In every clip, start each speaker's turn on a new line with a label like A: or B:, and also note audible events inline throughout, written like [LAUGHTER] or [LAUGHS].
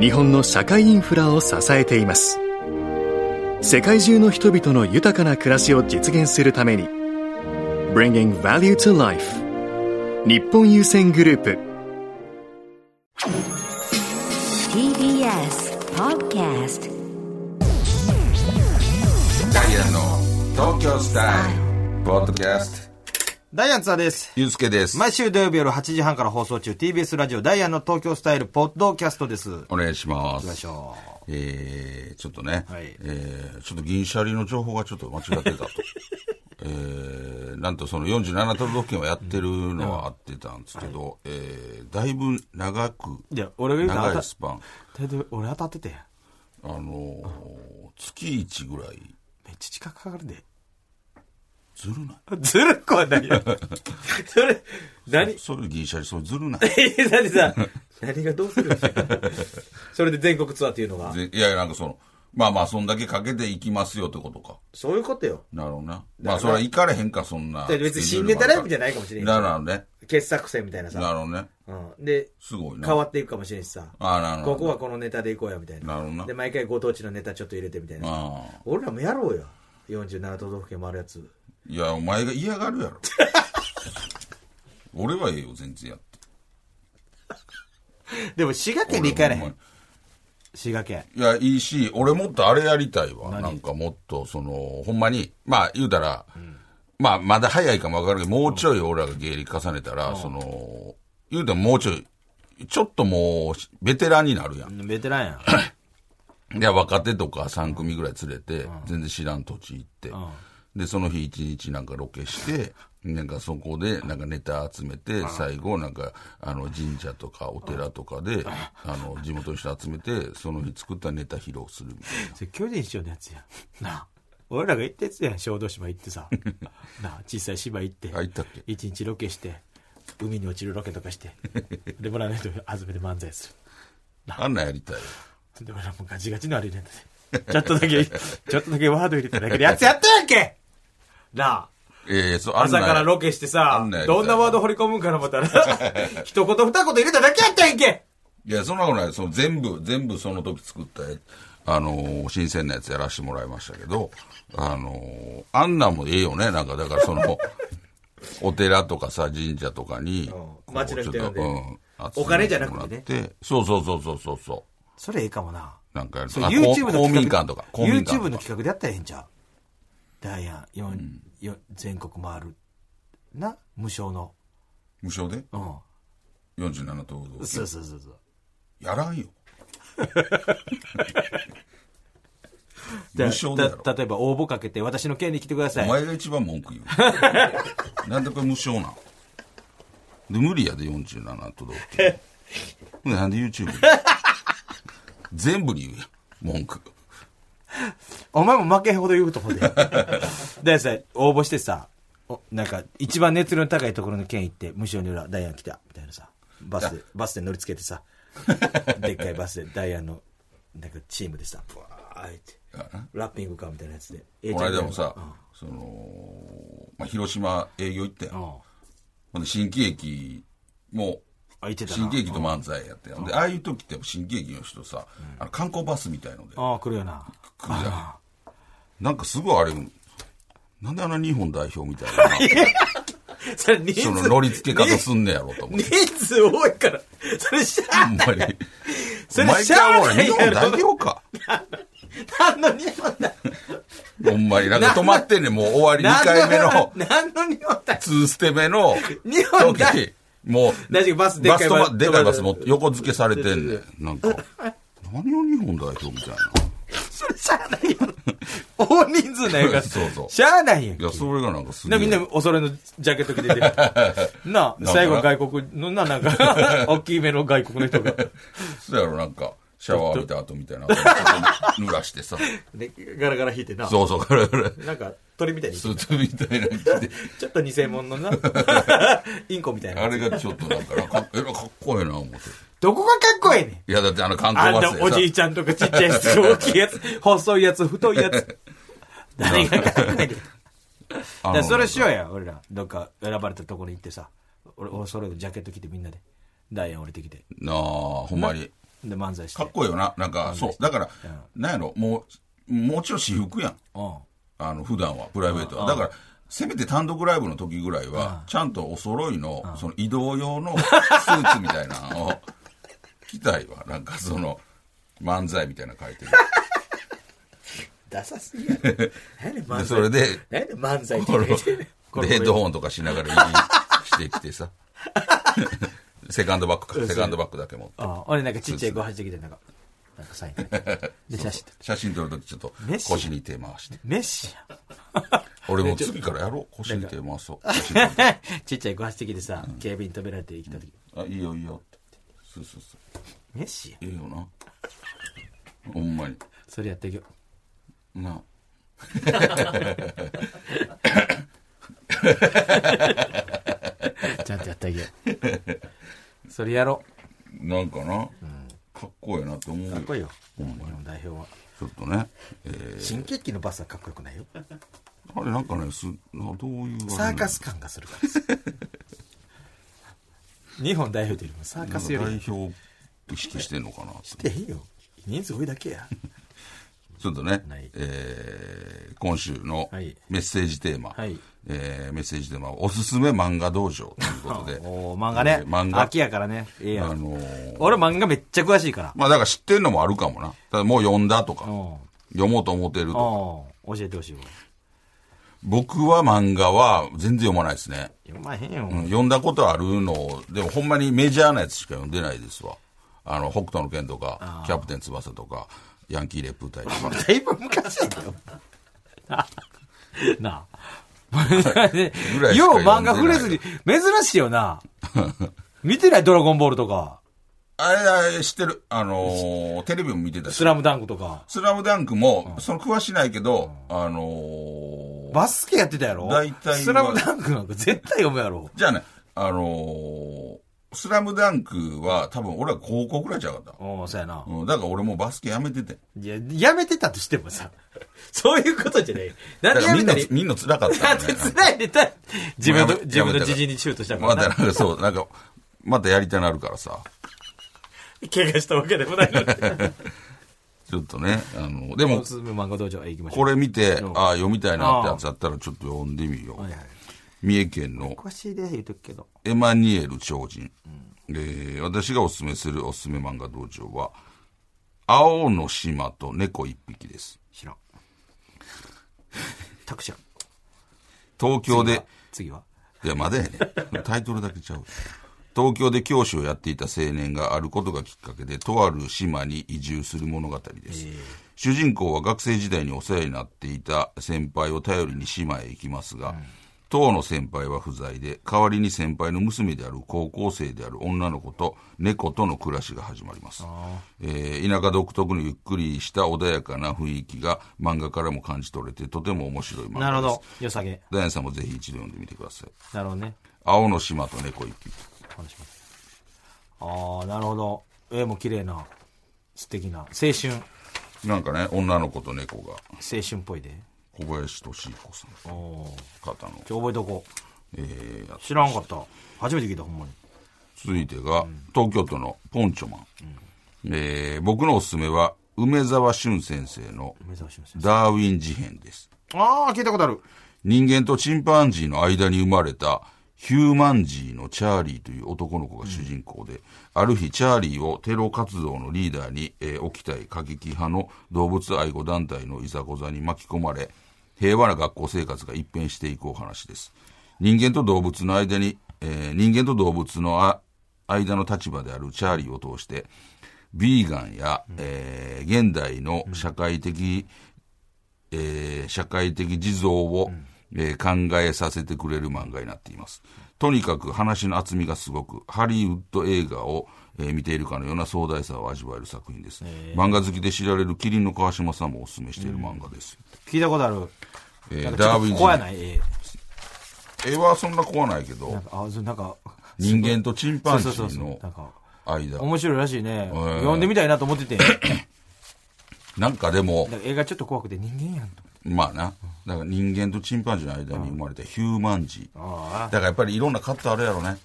A: 日本の社会インフラを支えています世界中の人々の豊かな暮らしを実現するために Bringing Value to Life 日本郵船グループ
B: TBS Podcast
C: ダイアンの東京スタイルポッドキャスト
D: ダイアンツアです。
C: ゆうすけです
D: 毎週土曜日夜8時半から放送中、TBS ラジオダイアンの東京スタイルポッドキャストです。行
C: お願いしま
D: きまし
C: す
D: ょ
C: えー、ちょっとね、
D: はい
C: えー、ちょっと銀シャリの情報がちょっと間違って
D: [LAUGHS]
C: たとえー、なんとその47都道府県はやってるのは合ってたんですけど、えー、だいぶ長く
D: う。いや、俺が言う
C: 長
D: た
C: いスパン
D: 俺当たってて、め
C: あのー月一ぐらい
D: っちゃ近くかかるで。
C: ずるない
D: ずるくは [LAUGHS] ないよ。それ、何
C: それ銀シャリそれずるない
D: だってさ、何がどうするんですかそれで全国ツアーっていうのが。
C: ぜいやいやなんかそのまあまあそんだけかけていきますよってことか
D: そういうことよ。
C: なるほどなまあそれは行かれへんかそんな
D: だって別に新ネタライブじゃないかもしれんけど
C: なるほどね
D: 傑作戦みたいな
C: な
D: さ。
C: るほどね。
D: うん、です
C: ごいな。
D: 変わっていくかもしれんしさ。
C: ああ、なるほど。
D: ここはこのネタでいこうよみたいな。
C: なるほどな
D: で、毎回ご当地のネタちょっと入れてみたいな。
C: ああ。
D: 俺らもやろうよ47都道府県もあるやつ
C: いや、お前が嫌がるやろ。 [LAUGHS] 俺はええよ、全然やって。
D: でも滋賀県で行かれへ
C: 俺
D: ん滋賀県
C: いや、いいし、俺もっとあれやりたいわ。なんかもっと、その、ほんまに、まあ言うたら、まあまだ早いかもわかるけど、もうちょい俺らが芸歴重ねたら、その、言うたらもうちょい、ちょっともう、ベテランになるやん。
D: ベテラ [LAUGHS] ンやん
C: いや、若手とか3組ぐらい連れて、全然知らん土地行って、で、その日1日なんかロケして、なんかそこで、なんかネタ集めて、最後、なんか、あの、神社とかお寺とかで、あの、地元の人集めて、その日作ったネタ披露するみたいな。
D: それ巨人師匠のやつやんなあ俺らが行ったやつやん小豆島行って [LAUGHS] さなあ小さい島行って
C: あ行ったっけ
D: 一日ロケして海に落ちるロケとかしてでもらの人集めて漫才する
C: あんなんやりたい。
D: で俺らもうガチガチのあれ入れててちょっとだけちょっとだけワード入れただけ [LAUGHS] でやつやったやんけなあ
C: ええそう、あんな
D: 朝
C: んや
D: からロケしてさ
C: あんなんや、りたい
D: どんなワード掘り込むんかな
C: [LAUGHS]
D: 思ったら、一言二言入れただけやったやんけ
C: いや、そんなことない。その全部、全部その時作ったやつ、あのー新鮮なやつやらしてもらいましたけど、あのーあんなんもええよね。なんか、だからその、 [LAUGHS] お寺とかさ、神社とかに、こう
D: 街の人
C: ちょっと
D: 呼んで
C: うん
D: お金じゃなくてね
C: 集めもらってそうそうそうそうそうそ
D: それええかもな。
C: う。なんかやる
D: そ
C: と
D: れ
C: あ
D: YouTube の
C: 公
D: 企画
C: 民館とか、公民館
D: YouTube の
C: とか。
D: 企画でやったらええんちゃうダイアン、よんよ全国回る。な無償の。
C: 無償で
D: う
C: ?47 都道
D: ん。
C: 府
D: そ
C: 県
D: うそうそうそう。
C: やらん
D: [LAUGHS]
C: よ。無
D: だ
C: 償でやろ。
D: た例えば応募かけて、私の県に来てくださ
C: お
D: い。
C: 前が一番文句言
D: [LAUGHS]
C: うなんでこれ無償なんで無理やで47都道府県ほんでなんで YouTube に全部に言うやん文句
D: お前も負けへんほど言うと思うで。 [LAUGHS] でさ、応募してさ、おなんか、一番熱量の高いところの県行って、無償に裏、ダイアン来た、みたいなさ、
C: [LAUGHS]
D: バスで、バスで乗りつけてさ、でっかいバスで、ダイアンの、なんか、チームでさ、ブワーって、ラッピングかみたいなやつで。
C: この間もさ、
D: うん
C: その、まあ、広島営業行ったやん、
D: うん
C: ほんで新喜劇も
D: あ、行ってたな
C: 新喜劇と漫才やってやん、でああいう時って新喜劇の人さ、あの観光バスみたいので
D: ああ、来るよな。
C: 来るじゃんなんかすごいあれなんであんな日本代表みたいな
D: それ人
C: [LAUGHS] その乗り付け方すんねやろと思って
D: 人数多いから、それしゃ
C: ほんまに。
D: [LAUGHS] それ
C: 毎
D: しゃ
C: 回
D: あ
C: もう
D: ない
C: 日
D: やろ
C: 本代表か。
D: 何の日本だ
C: ほんまに。なんか止まってんねんもう終わり2回目の、
D: 何の日本だ
C: 2ステ目の
D: 日本代
C: 時、もう、
D: 大丈夫バスでっかい
C: バ
D: バ
C: ス
D: ス
C: とでかいバスも横付けされてんねん。なんか、何を日本代表みたいな。
D: それしゃあないやろ。大人数なんやか
C: [LAUGHS]
D: ら。
C: そうそう
D: しゃあないやん
C: いや、それがなんかすげ
D: な
C: え。
D: みんなお揃いのジャケット着
C: [LAUGHS]
D: てて。なあ、
C: な [LAUGHS]
D: 最後外国のな、なんか、大きい目の外国の人が。
C: そうやろ、なんか、シャワー浴びた後みたいな、濡らして
D: [LAUGHS]
C: さ、
D: で、ガラガラ引いてな。
C: そうそう、これこれ
D: なんか、鳥みたいに
C: ス。ーツみたいなの着て、
D: ちょっと偽物のな。
C: [LAUGHS]
D: インコみたい
C: あ
D: な。
C: れがちょっとなんか、なんかえらかっこええな思って。
D: どこがかっこええねん。
C: いや、だってあの観
D: あ
C: 光
D: ん
C: バ
D: た
C: ス
D: おじ
C: で
D: いちゃんとかちっちゃいやつ、大きいやつ、細いやつ、太いやつ。誰がかっこええねん。だ
C: さ、
D: からそれ
C: し
D: しようや、俺ら。どっか選ばれたところに行ってさ。俺、俺それジャケット着てみんなで。ダイヤン降りてきて。
C: なあ、ほんまに。
D: で、漫才して。
C: かっこいいよな。なんか、そう。だから、なんやろ、もう、もちろん私服やん。
D: うん。
C: あの、普段は、プライベートは。だから、せめて単独ライブの時ぐらいは、ちゃんとお揃いの、その移動用のスーツみたいなの [LAUGHS] を着たいわ。なんかその、漫才みたいなの書いてる。
D: ダサすぎやろ。何やねん漫
C: で
D: 才。
C: それで、
D: 何やねん漫才って
C: [LAUGHS] これ
D: 言って。
C: でヘッドホンとかしながらいいしてきて [LAUGHS] さ。セカンドバッグか。セカンドバッグだけ持って。
D: あ俺なんかちっちゃいご飯してきて、なんか、なんかサイン書いて。で、写真撮る
C: 写真撮るときちょっと
D: メッシ
C: 腰に手回して。
D: メッシやん。
C: 俺もう次からやろう。腰に手回そう。写真
D: ちっちゃいご飯してきてさ、警備員止められて生きた時。
C: 撮るあ、いいよいいよって。そうそうそう。
D: メッシやん
C: ええよな。ほんまに。
D: それやっていくよ
C: な。
D: ちゃんとやってあげよ
C: [LAUGHS]
D: う。それやろ
C: なんかな。かっこええなって思う
D: う。かっこいい
C: よ。
D: よ。日本代表は。
C: ちょっとね。えー
D: 新喜劇のバスはかっこよくないよ。
C: あれなんかね、す、などういうあれなの。
D: サーカス感がするからさ。 [LAUGHS] 日本代表というよりもサー
C: な
D: カ
C: んか
D: スよ
C: 代
D: り。
C: 表意識してんのかなって
D: でいいよ。人数多いだけや。
C: ちょっとね
D: はい、
C: えー今週の
D: はい
C: メッセージテーマ、
D: はい、
C: えーメッセージテーマはおすすめ漫画道場ということで
D: おー、漫画ね
C: えー。漫画
D: 秋やからね。ええや
C: あ
D: ん。
C: のー
D: 俺漫画めっちゃ詳しいから。
C: まあだから知ってんのもあるかもな。ただもう読んだとか
D: う、ん。うん。
C: 読もうと思ってるとか。
D: 教えてほしいわ。
C: 僕は漫画は全然読まないですね。
D: 読まへん
C: う
D: よ。
C: ん、読んだことあるのをでもほんまにメジャーなやつしか読んでないですわ。あの、北斗の拳とか、キャプテン翼とか、ヤンキーレップ隊とか。
D: だいぶ昔やよ。なあ。 [LAUGHS]
C: らいしか
D: よう
C: 読んでない
D: 漫画触れずに、珍しいよな。見てないドラゴンボールとか、
C: あれ、あれ知ってる。あのーテレビも見てたし
D: ス。ラムダンクとか。
C: スラムダンクも、その詳しないけど、あのー
D: バスケやってたやろ
C: 大体は
D: スラムダンクなんか絶対読むやろ。
C: じゃあね、あのースラムダンクは多分俺は高校くらいちゃうかった。
D: おおそうやな。
C: うん、だから俺もうバスケやめてて。
D: いや、やめてたとしてもさ、 [LAUGHS] そういうことじゃない。なん
C: だ
D: で
C: から
D: や
C: み
D: め
C: ん
D: た
C: な
D: り、、
C: みんな辛かっ
D: な
C: た
D: ん
C: ん
D: で
C: だよね。
D: 繋いでた自分
C: や
D: の、
C: め
D: 自分
C: やめ
D: の
C: た
D: じじにシュートしたか
C: ま
D: ら
C: たなん
D: な。
C: かそう、なんか、またやりたなるからさ。
D: 怪我したわけでもな
C: [LAUGHS]
D: いのに。
C: ちょっとね、あの、で
D: お
C: も
D: す、すめ漫画道場へ行きましょう。
C: これ見て
D: う、ん
C: ああ、読みたいなってやつあったらちょっと読んでみよ
D: は
C: う
D: い。はい
C: 三重県の
D: 詳しいで言うとくけど。
C: エマニュエル超人、えー私がおすすめするおすすめ漫画道場は、青の島と猫一匹です。
D: 知らん。タクシャン。
C: 東京で、
D: 次はい
C: や、まだやね。タイトルだけちゃう。東京で教師をやっていた青年があることがきっかけで、とある島に移住する物語です。主人公は学生時代にお世話になっていた先輩を頼りに島へ行きますが、当の先輩は不在で、代わりに先輩の娘である高校生である女の子と猫との暮らしが始まります。えー田舎独特のゆっくりした穏やかな雰囲気が漫画からも感じ取れて、とても面白い漫画です。
D: なるほど。良さげ。
C: ダイアンさんもぜひ一度読んでみてください。
D: なるほどね。
C: 青の島と猫一匹。
D: お願いします。ああ、なるほど。絵も綺麗な。素敵な。青春。青
C: なんかね、女の子と猫が、
D: 春っぽいで。
C: 小林俊彦さん、
D: おお。
C: 方の
D: ち、ょ、覚えとこ
C: えー、や
D: う。
C: つ
D: 知らんかった。初めて聞いた、ほんまに。
C: 続いてが、東京都のポンチョマン。えー僕のおすすめは、梅沢俊先生の
D: 梅沢俊先
C: ダーウィン事変です。
D: 生。ああ、聞いたことある。
C: 人間とチンパンジーの間に生まれたヒューマンジーのチャーリーという男の子が主人公で、ある日チャーリーをテロ活動のリーダーに、えー、起きたい過激派の動物愛護団体のいざこざに巻き込まれ、平和な学校生活が一変していくお話です。人間と動物の間に、えー人間と動物のあ間の立場であるチャーリーを通して、ビーガンや、えー現代の社会的、えー社会的事情を、えー考えさせてくれる漫画になっています。とにかく話の厚みがすごく、ハリウッド映画を、えー見ているかのような壮大さを味わえる作品です。漫画好きで知られる麒麟の川島さんもお勧めしている漫画です。
D: 聞いたことある。
C: えー
D: なんかちょ
C: ダー
D: っ
C: ウィン
D: と
C: ズ
D: 怖いない、絵。
C: 絵はそんな怖ないけど
D: なん、か、あ、そうなんか、
C: 人間とチンパンジ
D: そうそう
C: ー
D: そう
C: の
D: なんか
C: 間。
D: 面白いらしいね。
C: ー
D: 読んでみたいなと思ってて。だか
C: なんかでも、
D: ら映画ちょっと怖くて人間やんと
C: まあな。だから人間とチンパンジーの間に生まれたヒューマンジー。
D: 思って。あ
C: だからやっぱりいろんなカットあるやろね。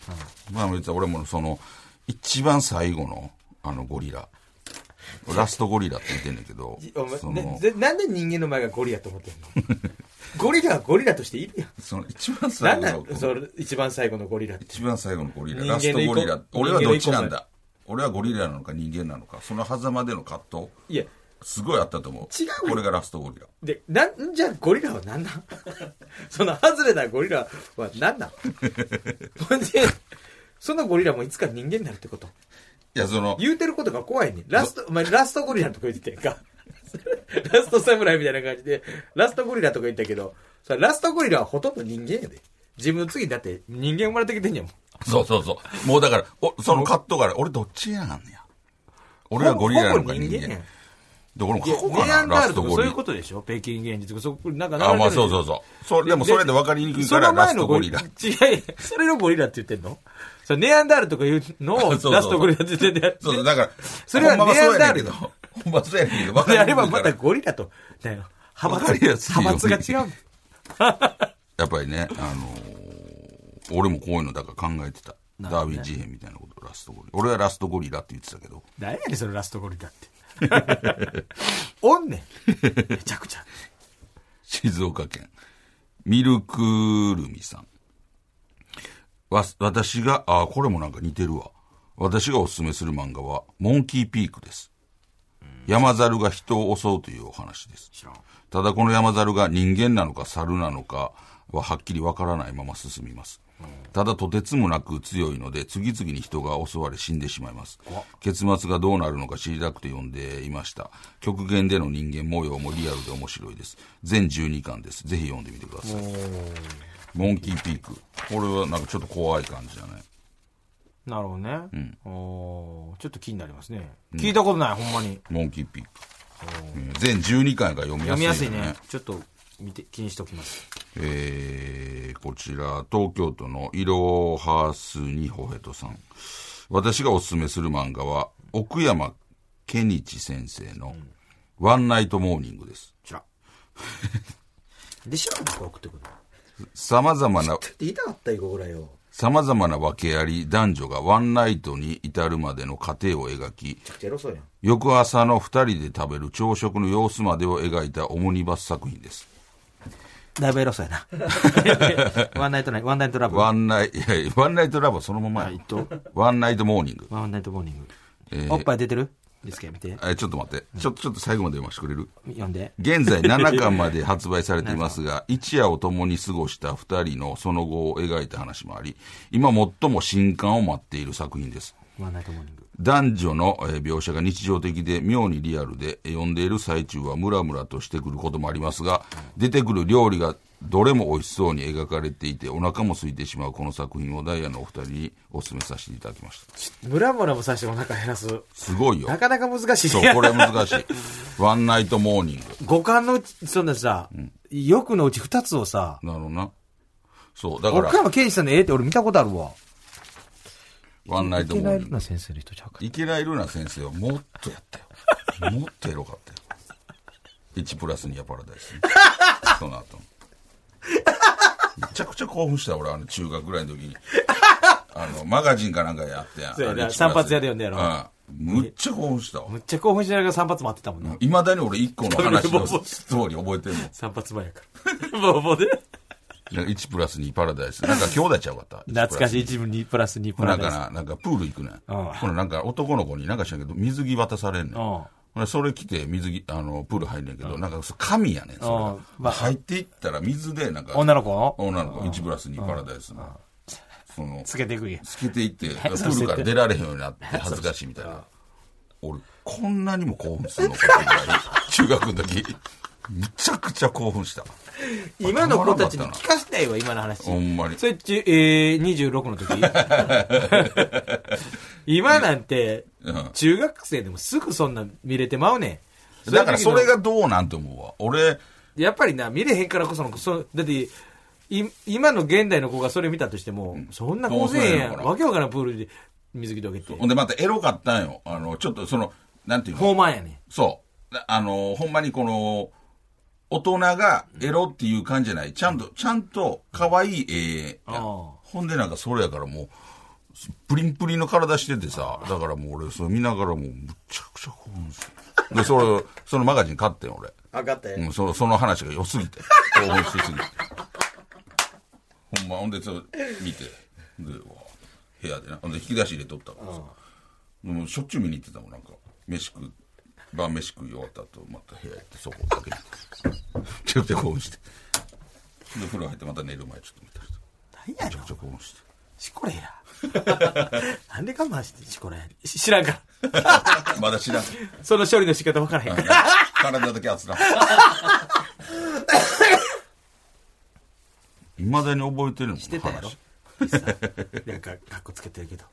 C: まあ別に俺もその、一番最後の、あのゴリラ。ラストゴリラって言ってんだけど、その、
D: なんで人間の前がゴリラと思ってんのゴリラはゴリラとしているやん。
C: その一番最後の、
D: の一番最後のゴリラって。
C: 一番最後のゴリラ、
D: 人間
C: ラ
D: の
C: ストゴリラ
D: 一。個
C: 俺はどっちなん
D: 人間の一
C: だ俺はゴリラなのか人間なのか。その狭間での葛藤。
D: いや、
C: すごいあったと思う。
D: 違うよ
C: これがラストゴリラ。
D: で、なん、じゃあゴリラは何なん [LAUGHS] その外れたゴリラは何なん
C: [LAUGHS]
D: ほんで、そのゴリラもいつか人間になるってこと。
C: いや、その、
D: 言うてることが怖いねんラスト、お前ラストゴリラとか言ってたやんか。 [LAUGHS] ラスト侍みたいな感じで、ラストゴリラとか言ったけど、それラストゴリラはほとんど人間やで。自分の次だって人間生まれてきてんやもん。
C: そうそうそう。もうだから、おそのカットから、俺どっちやなんや。俺はゴリラなのか
D: ほぼ
C: 人
D: 人
C: 間
D: 間やん
C: で、俺も
D: い
C: 書
D: や
C: こう
D: ネ
C: か
D: アン
C: な、ラ
D: ダー
C: ス
D: ル
C: ト
D: とか
C: ゴ
D: そう
C: リ
D: いう
C: ラ
D: ことでしょ北京現実とか、そこ、なんか流れてる
C: あ、まあそうそうそう。それでもそれで分かりにくいから、ラストゴリラ。
D: その前のゴリラ違う違うそれのゴリラって言ってんのそれネアンダールとかいうのを
C: そ
D: [LAUGHS] ラ
C: うそうそう
D: ストゴリラって言ってんだよ。
C: [LAUGHS] そうそう、だから、
D: それは
C: ほんまそうやねんけど
D: ネアン
C: ほんまそうやねんけど、分か
D: [LAUGHS] で
C: [LAUGHS] り
D: あ
C: に
D: れ
C: く
D: ば
C: いか
D: ま
C: ら
D: た。ゴリラと、だよ。派
C: わかりやす
D: 閥
C: いよ
D: が、派閥が違う。
C: やっぱりね、あのー俺もこういうのだから考えてた。ダーウィン事変みたいなこと、ラストゴリラ。俺はラストゴリラって言ってたけど。 [LAUGHS]
D: 何やねん、そのラストゴリラって。 [LAUGHS] おんねん。めちゃくちゃ。
C: 静岡県。ミルクルミさん。わ、私が、あ、これもなんか似てるわ。私がおすすめする漫画は、モンキーピークです。山猿が人を襲うというお話です。ただこの山猿が人間なのか猿なのかははっきりわからないまま進みます。ただとてつもなく強いので次々に人が襲われ死んでしまいます。結末がどうなるのか知りたくて読んでいました。極限での人間模様もリアルで面白いです。全12巻です。ぜひ読んでみてください。モンキーピーク。これはなんかちょっと怖い感じだね。
D: なるほどね。おーちょっと気になりますね。聞いたことない、ほんまに。
C: モンキーピーク。うん全12巻が読みや
D: 読
C: す
D: み
C: い,、
D: やすいね。ちょっと、見て、気にしておきます。
C: えーこちら、東京都のいろはすにほへとさん。私がおすすめする漫画は、奥山健一先生の、ワンナイトモーニングです。
D: 知らん。 [LAUGHS] で、知らんのか、送ってくる。
C: 様々な、
D: 言いたかったよ、ここらよ。
C: 様々な訳あり、男女がワンナイトに至るまでの過程を描き、
D: めちゃくちゃエロそうやん。
C: 翌朝の二人で食べる朝食の様子までを描いたオムニバス作品です。
D: だいぶエロそうやな。ワ [LAUGHS] ンナイトナイワンナイトラブ。
C: ワンナイ、いやいやワンナイトラブはそのままや
D: はいと
C: ワンナイトモーニング。
D: ワンナイトモーニング。おっぱい出てるですけ見て。
C: え、ちょっと待って。ちょっと、ちょっと最後まで読ませてくれる
D: 読んで。
C: 現在7巻まで発売されていますが、一夜を共に過ごした二人のその後を描いた話もあり、今最も新刊を待っている作品です。
D: ワンナイトモーニング。
C: 男女のえー描写が日常的で妙にリアルで、えー読んでいる最中はムラムラとしてくることもありますが、出てくる料理がどれも美味しそうに描かれていて、お腹も空いてしまうこの作品をダイヤのお二人にお勧めさせていただきました。
D: ムラムラもさしてお腹減らす。
C: すごいよ
D: な。かなか難しい。
C: そう、これ難しい。 [LAUGHS] ワンナイトモーニング。
D: [LAUGHS] 五感のうち、そんなさ、欲のうち二つをさ、
C: なるほどな。そう、だから
D: 奥、山健二さんの絵って俺見たことあるわ。
C: ワンナイト
D: いけ
C: モ
D: な
C: ー
D: い
C: ニン
D: な
C: グ。
D: 先生の人ちゃうか。
C: 池田エルナ先生はもっとやったよ。もっとエロかったよ。1プラス2はパラダイス、ね。その後。めちゃくちゃ興奮した俺、あの中学ぐらいの時に。あの、マガジンかなんかやってやん。
D: そうやな
C: あれ1プラス
D: 散髪屋で呼んだやろ
C: うん。むっちゃ興奮したわ。
D: むっちゃ興奮しながら散髪待ってたもんな。
C: いまだに俺1個の
D: [LAUGHS]
C: 話の
D: ボボ
C: ストーリー覚えてるもん。
D: 散髪前やから。 [LAUGHS] ボーボーで。
C: 1プラス2パラダイス。なんか兄弟ちゃうかった。
D: 懐かしい
C: い。
D: 一部2プラス2プ
C: な
D: ラ
C: ん
D: ス
C: か。な、なんかプール行くねん。
D: うん
C: このなんか男の子になんかしらんけど、水着渡されんねん。
D: うん
C: ほんでそれ着て水着、あの、プール入んねんけど、なんかそう神やねん、それ
D: う
C: が
D: ん。まあ
C: 入っていったら水で、なんか、
D: 女の子を
C: 女の子、1プラス2パラダイスの、その、
D: つけていくんや。
C: つけていって、プ
D: [LAUGHS] そうそう
C: ールから出られへんようになって恥ずかしいみ [LAUGHS] たいな。俺、こんなにも興奮するのかってぐらい、中学の時。むちゃくちゃ興奮した。
D: 今の子たちに聞かせたいわ、今の話。
C: ほんまに
D: それっち、えー、26
C: [LAUGHS]
D: の時今なんて
C: うん、
D: 中学生でもすぐそんな見れてまうねん。
C: だからそれ
D: が
C: がどうなんて思うわ。俺、
D: やっぱりな、見れへんからこその、そだって、い今の現代の子がそれ見たとしても、そんな高専やん。
C: どうせやろから
D: わけわからんプールで水着どけて。
C: ほんでまたエロかったんよ。あの、ちょっとその、なんていうの
D: ほんまやね
C: そう。なあの、ほんまにこの、大人がエロっていう感じじゃない。ちゃんと、ちゃんと可愛いええ
D: ああ
C: ほんでなんかそれやからもう、プリンプリンの体しててさ、だからもう俺、それ見ながらもう、むちゃくちゃ興奮する。で、それ、そのマガジン買ってん俺。
D: ん。分かったよ
C: うん、その、その話が良すぎて。興奮しすぎて。ほんま、ほんで、それ見て。で、うわ部屋でな。ほんで、引き出し入れとったからさ。でも、しょっちゅう見に行ってたもん、なんか。飯食う、晩飯食い終わった後、また部屋行って、そこだけ。ちょっと興奮して。で、風呂入って、また寝る前ちょっと見たりと。
D: 何
C: め
D: や
C: ちゃ
D: の
C: くちゃ興奮して。
D: しこれや。なんで我慢してしこれや。し知らんから。 [LAUGHS]
C: まだ知らん。
D: その処理の仕方分からへんから。
C: 体だけ
D: [LAUGHS]
C: 熱な。いまだに覚えてるもん、
D: してたやろ
C: 話
D: 実際なんかカッコつけてるけど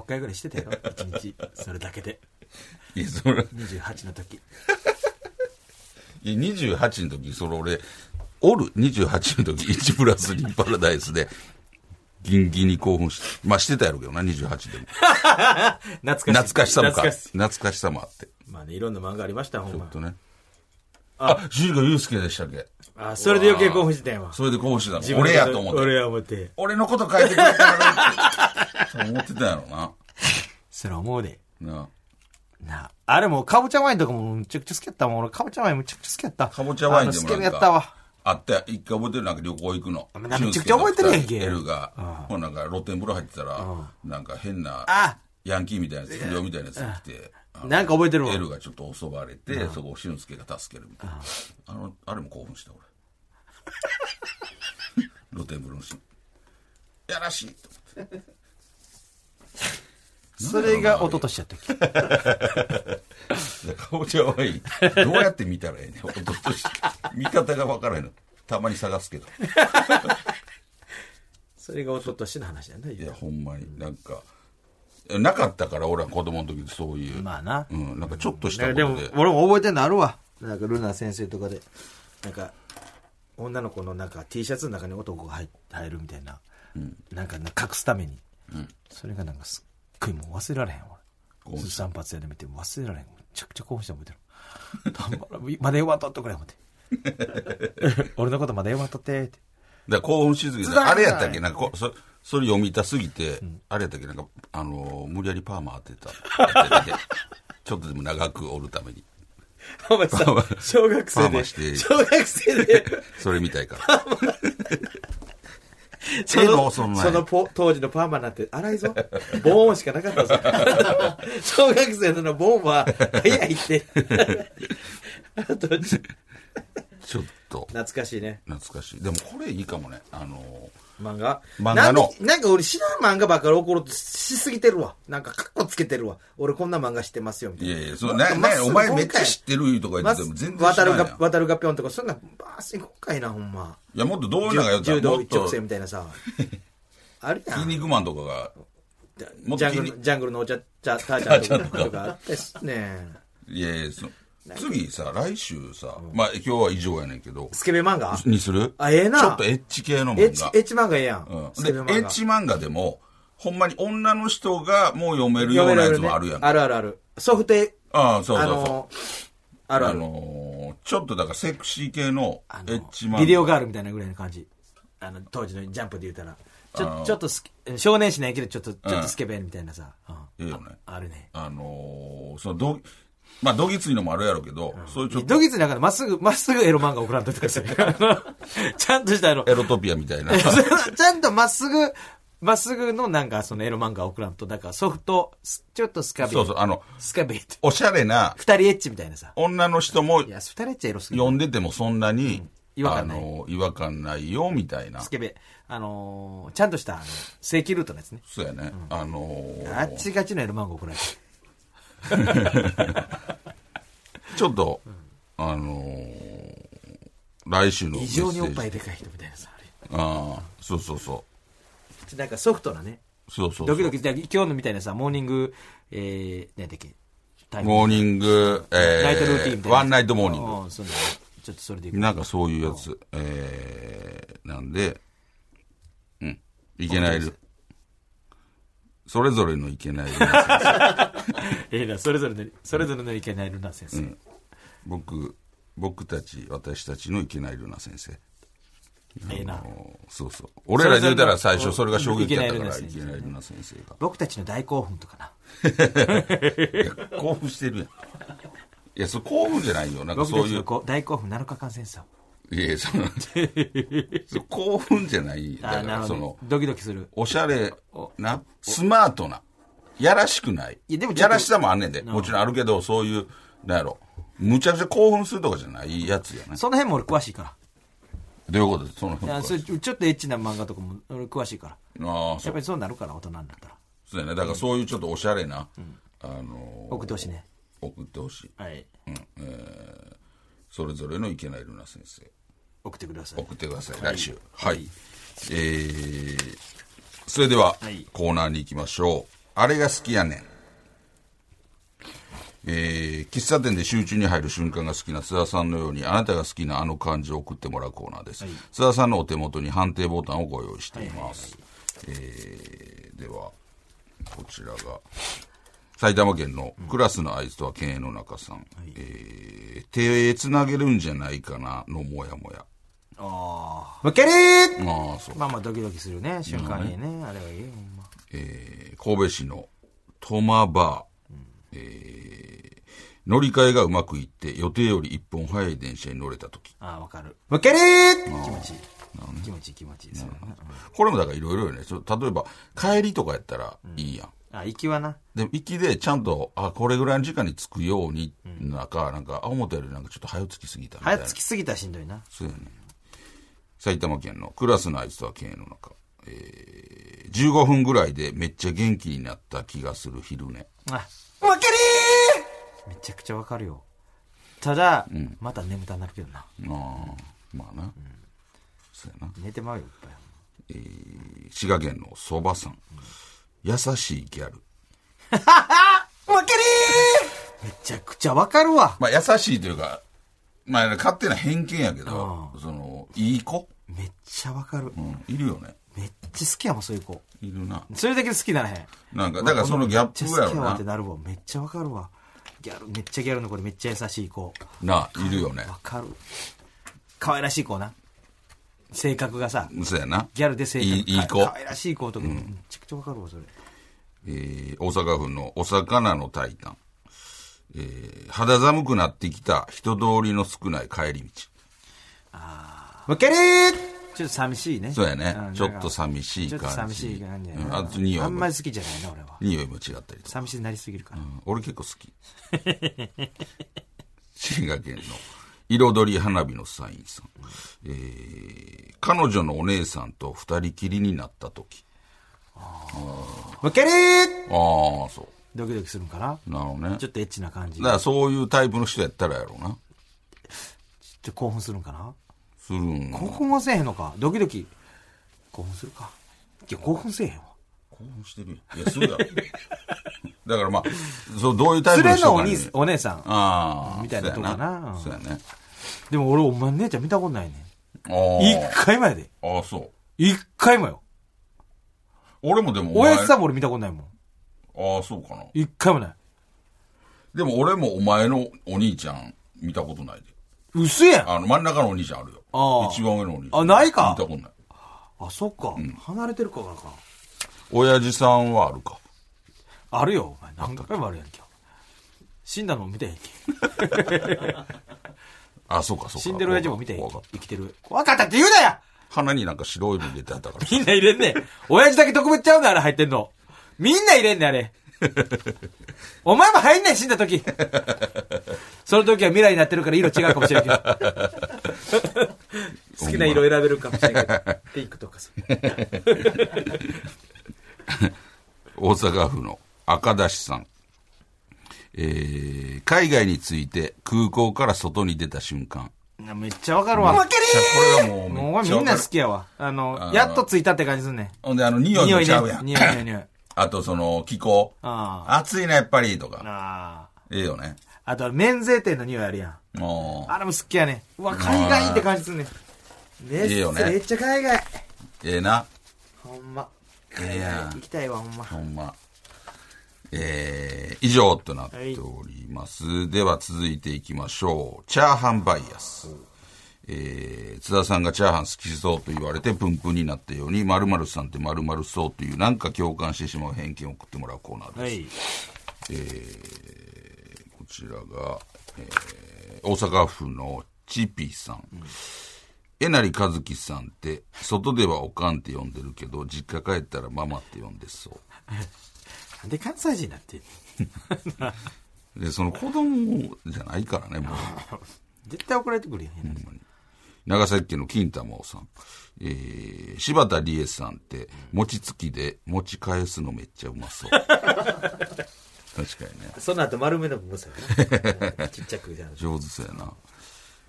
D: 6回ぐらいしてたやろ1日それだけで
C: いや、それ。
D: 28の時
C: いや28の時、それ俺、おる28の時、1プラス2パラダイスで、ギンギンに興奮して、まあしてたやろうけどな、28でも。
D: 懐かしい
C: 懐かしさもか。
D: 懐かしい
C: 懐かしさもあって。
D: まあねいろんな漫画ありましたほ
C: ち
D: ん
C: ょっ
D: ま
C: とね。あ、シーガユースケでしたっけ
D: あそれで余計興奮してたやんわ
C: それで興奮してた
D: 自
C: の。
D: 分の
C: 俺
D: こと
C: やと思って。
D: 俺
C: 俺
D: や思って
C: のこと書いてくれたなそう思ってたやろ
D: それ思うで
C: な。なあ
D: なああれもかぼちゃワインとかもむちゃくちゃ好きやったもん俺かぼちゃワインむちゃくちゃ好きやった
C: かぼちゃワインで
D: あの
C: も
D: 好き
C: な
D: なんや
C: か
D: ったわ
C: あった一回覚えてるなんか旅行行くの。
D: めちゃくちゃ覚えてるや
C: 俊介の
D: んけ
C: 二人 L が、ほんなんか露天風呂入ってたら、なんか変な
D: あ、
C: ヤンキーみたいなやつ、不良みたいなやつが来て、あの
D: なんか覚えてるわ
C: L がちょっと襲われて、そこを俊介が助けるみたいな。あの、あれも興奮した俺。 [LAUGHS] 露天風呂のシーン。やらしいと思って
D: それが一昨年やったっけ
C: でかぼちゃワイン、どうやって見たらええねん。おととし見方がわからへんの。たまに探すけど。
D: それが一昨年の話やんない
C: やほんまになんかなかったから俺は子供の時そういう、
D: まあな
C: うん、なんかちょっとし
D: な
C: た
D: ん
C: こ
D: か
C: と
D: で
C: で
D: も俺も覚えてんのあるわなんかルナ先生とかでなんか女の子のなんか T シャツの中に男が入入るみたいな、なんかな隠すために、それがなんかすっごいもう忘れられへん
C: 興
D: 俺
C: 奮した
D: 散髪屋で見て忘れられへんめちゃくちゃ興奮して覚えてる [LAUGHS] たまらんまだ呼ばんとってくれ思って [LAUGHS] 俺のことまだ呼ばんとってって
C: だから興奮しすぎてあれやったっけなんかこそそれ読みたすぎて、あれやったっけなんか、あのー無理やりパーマ当てたやっててちょっとでも長くおるために
D: [LAUGHS] お [LAUGHS] 前さ
C: パーマ
D: 小学
C: パ
D: 生
C: ーマ
D: で
C: して
D: 小学生で
C: それみたいから
D: そ
C: ええの
D: の
C: そんなん
D: そのポ当時のパーマなんて荒いぞ。ボーンしかなかったぞ。 [LAUGHS] 小学生のボーンは早いって。あと、懐
C: ちょっと
D: かしいね。
C: 懐かしいでもこれいいかもねあのー
D: 漫画。
C: 漫画の
D: なんでなんか俺知らん漫画ばっかり怒ろうとしすぎてるわ。なんかカッコつけてるわ。俺こんな漫画知ってますよ、みたい
C: い
D: な。
C: やいや、そう、な、
D: なんかまっ
C: な、
D: すぐ
C: お前めっちゃ知ってるいうとか
D: ま
C: 言
D: っ
C: って
D: す
C: ても全然知ら
D: 渡
C: ん
D: る
C: や
D: が
C: ん。
D: 渡るがぴょんとか、そんなんバース行こうかいな、ほんま。
C: いや、もっとどういうのがよったら
D: 柔
C: も
D: 道
C: っ
D: 一直
C: と、筋
D: 線みたい
C: [LAUGHS]
D: なさ。あるやん。
C: 肉マンとかが、もっ
D: ジ
C: と
D: ャン
C: 筋
D: グ
C: 肉
D: ル、ジャングルのお茶、茶、ターちゃんとかとかあったっすね。
C: いやいやそ次さ、来週さ、まあ今日は以上やねんけど、
D: スケベ漫画
C: にする
D: あええな
C: ちょっとエッチ系の
D: エッ
C: 漫
D: チ
C: 画。、
D: エッチ漫画ええやん。
C: うん
D: ス
C: で、エ
D: ケベ漫
C: ッ
D: 画
C: チ漫画でも、ほんまに女の人がもう読めるようなやつもあるやん
D: ね。あるあるある。ソフトエ、
C: ああ、そう
D: あ
C: そうそう。
D: の、あるあ
C: あ
D: る。
C: のーちょっとだからセクシー系の
D: あの
C: エッチ漫画。
D: ビデオガールみたいなぐらいの感じ。あの、当時のジャンプで言うたら。ち
C: あの
D: ょ、ちょっとスケ、少年誌ないけど、ちょっと、ちょっとスケベみたいなさ。うん
C: いいよね。
D: あるね。
C: あのーそのど、まあ、どぎついのもあるやろうけど、そういうちょっと
D: ドギツなんかまっすぐ、まっすぐエロ漫画送らんといてください。
C: [LAUGHS]
D: あのちゃんとしたエロ。
C: エロトピアみたいな。
D: [LAUGHS] ちゃんとまっすぐ、まっすぐのなんかそのエロ漫画送らんと、だからソフト、すちょっとスカ
C: [LAUGHS]
D: ベ。
C: そうそう、あの、
D: スカベって。
C: おしゃれな
D: 二人エッチみたいなさ。
C: 女の人も
D: いや、二人エッチはエロすぎる
C: 読んでてもそんなに、
D: 違和感ない
C: あの違和感ないよ、みたいな
D: ス。ケベ。あのー、ちゃんとした、あの、正規ルートのやつね。
C: そうやね。あのー
D: あっちがちのエロ漫画送られて。
C: ちょっと、あのー来週のメッ
D: 異
C: セー
D: 常
C: ジ。
D: におっぱいでかい人みたいなさ、あれ
C: ああ、そうそうそ
D: なんかソフトなね。
C: う。そうそうそう。
D: ドキドキ、だから今日のみたいなさ、モーニング、えー、何だっけ、タイム。
C: モーニング、えー、
D: ナイトルーティンみたいな。
C: ワンナイトモーニング。
D: うんそうだねちょっとそれでいく。
C: なんかそういうやつ、えー、なんで、うん、いけないる。それぞれのいけないる。
D: [LAUGHS] ええな、それぞれの、それぞれのいけないルナ先生。
C: 僕、僕たち、私たちのいけないるな先生。
D: ええな。
C: そうそう。俺らで言うたら最初
D: そ
C: そ
D: れ
C: れ
D: ぞ
C: が衝
D: れの
C: 撃やったから、い
D: いけ
C: け
D: な
C: ないい
D: る
C: るな先生が。
D: 僕たちの大興奮とかな。
C: 興奮してるやん。いや、それ興奮じゃないよ。なんか
D: 僕
C: そ
D: た
C: う
D: ち
C: い
D: の
C: う。
D: こう大興奮7日間戦争。
C: いや、その、そう興奮じゃない。だ
D: あ
C: か
D: あ、なる
C: ら、
D: ほ
C: そ
D: ど
C: の
D: ね。、ドキドキする。
C: おしゃれな、スマートな、やらしくない。
D: いやでもちょっと
C: やらしさもあんねんで。もちろんあるけど、そういう、なんやろ。むちゃくちゃ興奮するとかじゃないやつやね。
D: その辺も俺詳しいか
C: どういうことですその
D: ら。いやそれちょっとエッチな漫画とかも俺詳しいから。
C: ああ、そ
D: やっ
C: う
D: ぱ。りそうなるから、大人になったら。
C: そうやね。だからそういうちょっとおしゃれな、あのー、
D: 送ってほしいね。
C: 送ってほしい。
D: はい。
C: うん。えーそれぞれのいけないルナ先生。
D: 送ってください。
C: 送ってください、来週はい、えー、それでは、
D: はい
C: コーナーに行きましょうあれが好きやねんえー、喫茶店で集中に入る瞬間が好きな須田さんのようにあなたが好きなあの漢字を送ってもらうコーナーです、須田さんのお手元に判定ボタンをご用意しています、えー、ではこちらが埼玉県のクラスのあいつとは犬猿の中さん、えー、手つなげるんじゃないかなのモヤモヤ
D: ああ。むけるー
C: ああ、そう。
D: まあまあドキドキするね、瞬間にね。あれはいいよ、ほんま。
C: えー神戸市のトマバー。えー乗り換えがうまくいって、予定より一本早い電車に乗れた時。
D: ああ、わかる。むけるー気持ちいい。気持ちいい、気持ちいい。そうやな
C: これもだからいろいろよね。ちょ例えば、帰りとかやったらいいやん。
D: あ、行きはな。
C: でも、行きでちゃんと、あ、これぐらいの時間に着くように、なんか、なんか、あ思ったよりなんかちょっと早着きすぎたみたい
D: 早
C: な。
D: つきすぎたらしんどいな。
C: そうやね。埼玉県のクラスのあいつとは県営の中。えー、15分ぐらいでめっちゃ元気になった気がする昼寝。
D: あ、むけるーめちゃくちゃわかるよ。ただ、また眠たになるけどな。
C: ああまあな、そうやな
D: 寝てまうよ、いっぱい。
C: 滋賀県のそばさん、優しいギャル
D: わかるめちゃくちゃわかるわ。
C: まあ優しいというかまあ勝手な偏見やけどそのいい子、
D: めっちゃわかる。
C: うん、いるよね
D: めっちゃ好きやもん、そういう子。
C: いるな
D: それだけで好きならへん。
C: なんかだからそのギャップ
D: めっちゃ
C: や
D: 好きやわっ
C: ろ
D: て
C: な
D: なるわ。めっちゃわかるわ。ギャル、めっちゃギャルの子でめっちゃ優しい子。
C: なあいるよね
D: わかる。可愛らしい子な。性格がさ、
C: そうやな
D: ギャルで性格
C: いいいい子
D: 可愛らしい子とか、めちゃくちゃわかるわ、それ。
C: えー大阪府のお魚のタイタン、えー肌寒くなってきた人通りの少ない帰り道
D: わかるーちょっと寂しいね。
C: そうやね
D: ん
C: ちょっと寂しい
D: ちょっと
C: 感
D: 寂
C: じ
D: しい感じや
C: うん
D: な。
C: あと匂いも
D: あんまり好きじゃないな、俺は。
C: 匂いも違ったりとか
D: 寂しいになりすぎるから。
C: 俺結構好き [LAUGHS] 滋賀県の彩り花火のサインさん、えー彼女のお姉さんと二人きりになった時
D: わかるー
C: ああそ
D: ドキドキするんかな
C: うなるほどね
D: ちょっとエッチな感じ。
C: だからそういうタイプの人やったらやろうな
D: ちょっと興奮するんかな
C: するん
D: 興奮はせえへんのかドキドキ。興奮するか。いや、興奮せえへんわ。
C: 興奮してるやんいやそうやろ [LAUGHS] だからまあそうどういうタイ
D: 連
C: プの
D: れ
C: 人
D: の
C: か
D: お
C: に
D: 兄さんお姉さん。
C: ああ
D: みたいなとこかな
C: そうやね
D: でも俺、お前姉ちゃん見たことないね。
C: そうや
D: 一
C: ね
D: 回もやで。
C: あーあーそう
D: 一回もよ。
C: 俺もでもお
D: お
C: 前
D: やじさんも俺見たことないもん。
C: ああそうかな
D: 一回もない。
C: でも俺もお前のお兄ちゃん見たことないで
D: 嘘やん。
C: あの、真ん中のお兄ちゃんあるよ。
D: ああ
C: 一番上のお兄ちゃん。
D: あないか
C: 見たことない。
D: あ、そっか。離れてるからか。
C: 親父さんはあるか。
D: あるよ、お前。何回もあるやんけ。死んだの見てへんけ。
C: あ、そうか、そうか。
D: 死んでる親父も見てへん
C: わ
D: け
C: かった。
D: 生きてる。わかったって言うなや
C: 鼻になんか白いの入れてあった
D: [LAUGHS]
C: から。
D: みんな入れんねん。親父だけ特別ちゃうのあれ入ってんの。みんな入れんねん、
C: [LAUGHS]
D: あれ。お前も入んねん、死んだ時。その時は未来になってるから色違うかもしれんけど。 [LAUGHS] 好きな色選べるかもしれんけど。ピンクとかさ。
C: 大阪府の赤出しさん。えー、海外について空港から外に出た瞬間、
D: なめっちゃわかるわ。
C: めっちゃこれはもう
D: もう
C: めっちゃ
D: みんな
C: わか
D: 好
C: る
D: きやわ。あの
C: あ、ー
D: やっとついたって感じすんね。
C: ほんで、あの、匂い
D: 匂
C: も
D: い
C: ち
D: ね
C: ゃうや。ん。
D: 匂い匂い匂い。
C: あと、その、気候。
D: あ
C: 暑いな、やっぱり、とか。
D: あー。
C: ええよね。
D: あと、免税店の匂いあるやん。
C: も
D: あれも好きやね。うわ、海外って感じすんね。めっ
C: いいよね
D: めっちゃ海外。
C: う、ええな。
D: ほんま。
C: ええやん
D: 行きたいわ、ほんま。
C: ほんま。えー、以上となっております。では続いていきましょう。チャーハンバイアス。えー、津田さんがチャーハン好きそうと言われてプンプンになったように、〇〇さんって〇〇そうというなんか共感してしまう偏見を送ってもらうコーナーです。
D: はい。
C: こちらが、えー大阪府のチピさん。えなりかずきさんって、外ではおかんって呼んでるけど、実家帰ったらママって呼んでそう。
D: なんで関西人なんて。
C: で、その子供じゃないからね、もう。
D: 絶対怒られてくるやん。
C: 長崎県の金玉さん。えー、柴田理恵さんって、餅つきで餅返すのめっちゃうまそう。確かにね。
D: その後丸めの部分さ。 [LAUGHS] ちっちゃくじゃん。
C: 上手そうやな。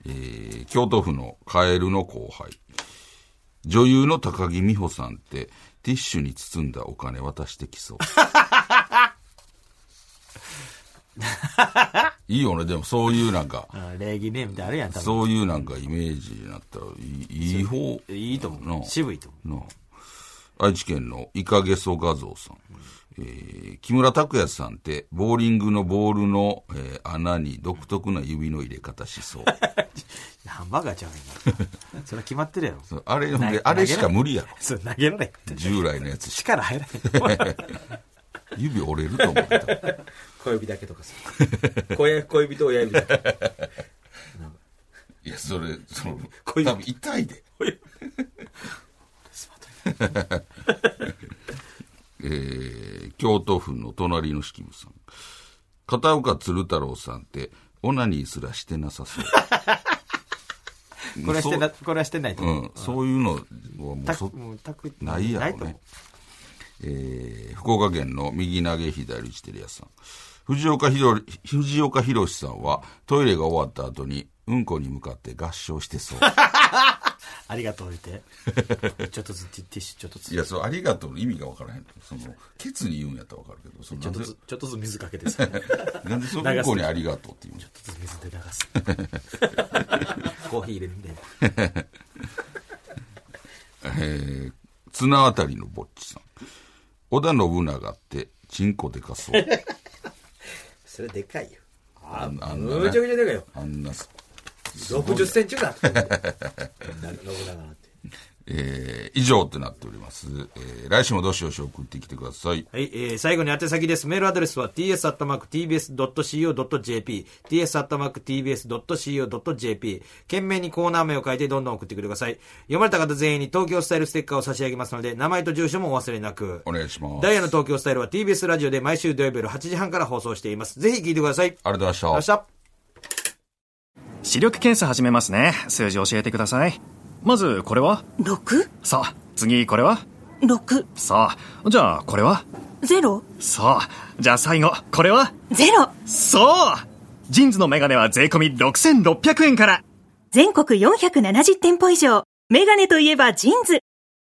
C: えー、京都府のカエルの後輩。女優の高木美帆さんって、ティッシュに包んだお金渡してきそう。いいよね、でもそういうなんか、
D: あー礼儀ね、みたいなのあるやん、多分。
C: そういうなんかイメージになったらいいいい方。
D: いいと思
C: な
D: う。渋いと思
C: なあ愛知県のイカゲソ画像さん。えー木村拓哉さんって、ボーリングのボールの、えー穴に独特な指の入れ方し
D: [LAUGHS]
C: そう。
D: う。ハンバーガーちゃうやん。それは決まってるやろ。
C: そうあれ、ほん
D: 投げ
C: で、あれしか無理やろ。
D: それ投げられへんって。
C: 従来のやつしか。
D: 力入らへん。
C: 指折れると思った。
D: [LAUGHS] 小指だけとかさ。小指小指と親指だ [LAUGHS] け。
C: いや、それ、その、
D: こういう
C: 多分痛いで。 [LAUGHS] えー、京都府の隣の式部さん。片岡鶴太郎さんって、オナニーすらしてなさ
D: [LAUGHS]
C: そう。
D: これはしてな、
C: そ
D: これはしてないと
C: うう
D: 思う。
C: ん、そういうのはもう
D: た
C: そ
D: もうたく
C: ないや
D: な
C: ろ
D: いうと思う
C: ね。。えー福岡県の右投げ左打ちテレ屋さん。藤岡弘、藤岡弘さんはトイレが終わった後に、うんこに向かって合唱してそう。
D: ありがとう言 [LAUGHS] って。ちょっとずつティッシュ、ちょっとず
C: い
D: つ。
C: や、そう、ありがとうの意味がわからへん。その、ケツに言うんやったらわかるけど、その
D: ちょ
C: なん
D: っと
C: で
D: ず、つ、ちょっとずつ水かけてさ。ちょっ
C: なんでそのうんこにありがとうって言うんじゃん。
D: とずつ水で流す。 [LAUGHS] コーヒー入れるみたいな。
C: えー、綱渡りのぼっちさん。織田信長って、チンコでか
D: [LAUGHS]
C: そう。
D: それでかいよ。
C: あんあん
D: む
C: な
D: ちゃ
C: ね、
D: くちゃでかいよ。
C: あんな、
D: 60センチぐらいあったと思う。信長なんて。
C: えー、以上ってなっております。えー、来週もどしどし送ってきてください。
D: はい、えー最後に宛先です。メールアドレスは ts.tbs.co.jp、ts.tbs.co.jp、懸命にコーナー名を書いてどんどん送ってください。読まれた方全員に東京スタイルステッカーを差し上げますので、名前と住所もお忘れなく。
C: お願いします。
D: ダイヤの東京スタイルは TBS ラジオで毎週土曜日夜8時半から放送しています。ぜひ聞いてください。
C: ありがとうございました
D: 明。日。
A: 視力検査始めますね数字教えてくださいまずこれは
E: 6?
A: さあ次これは
E: 6?
A: さあじゃあこれは
E: 0?
A: さあじゃあ最後これは
E: 0?
A: そうジンズのメガネは税込み6600円から
B: 全国470店舗以上。メガネといえばジーンズ。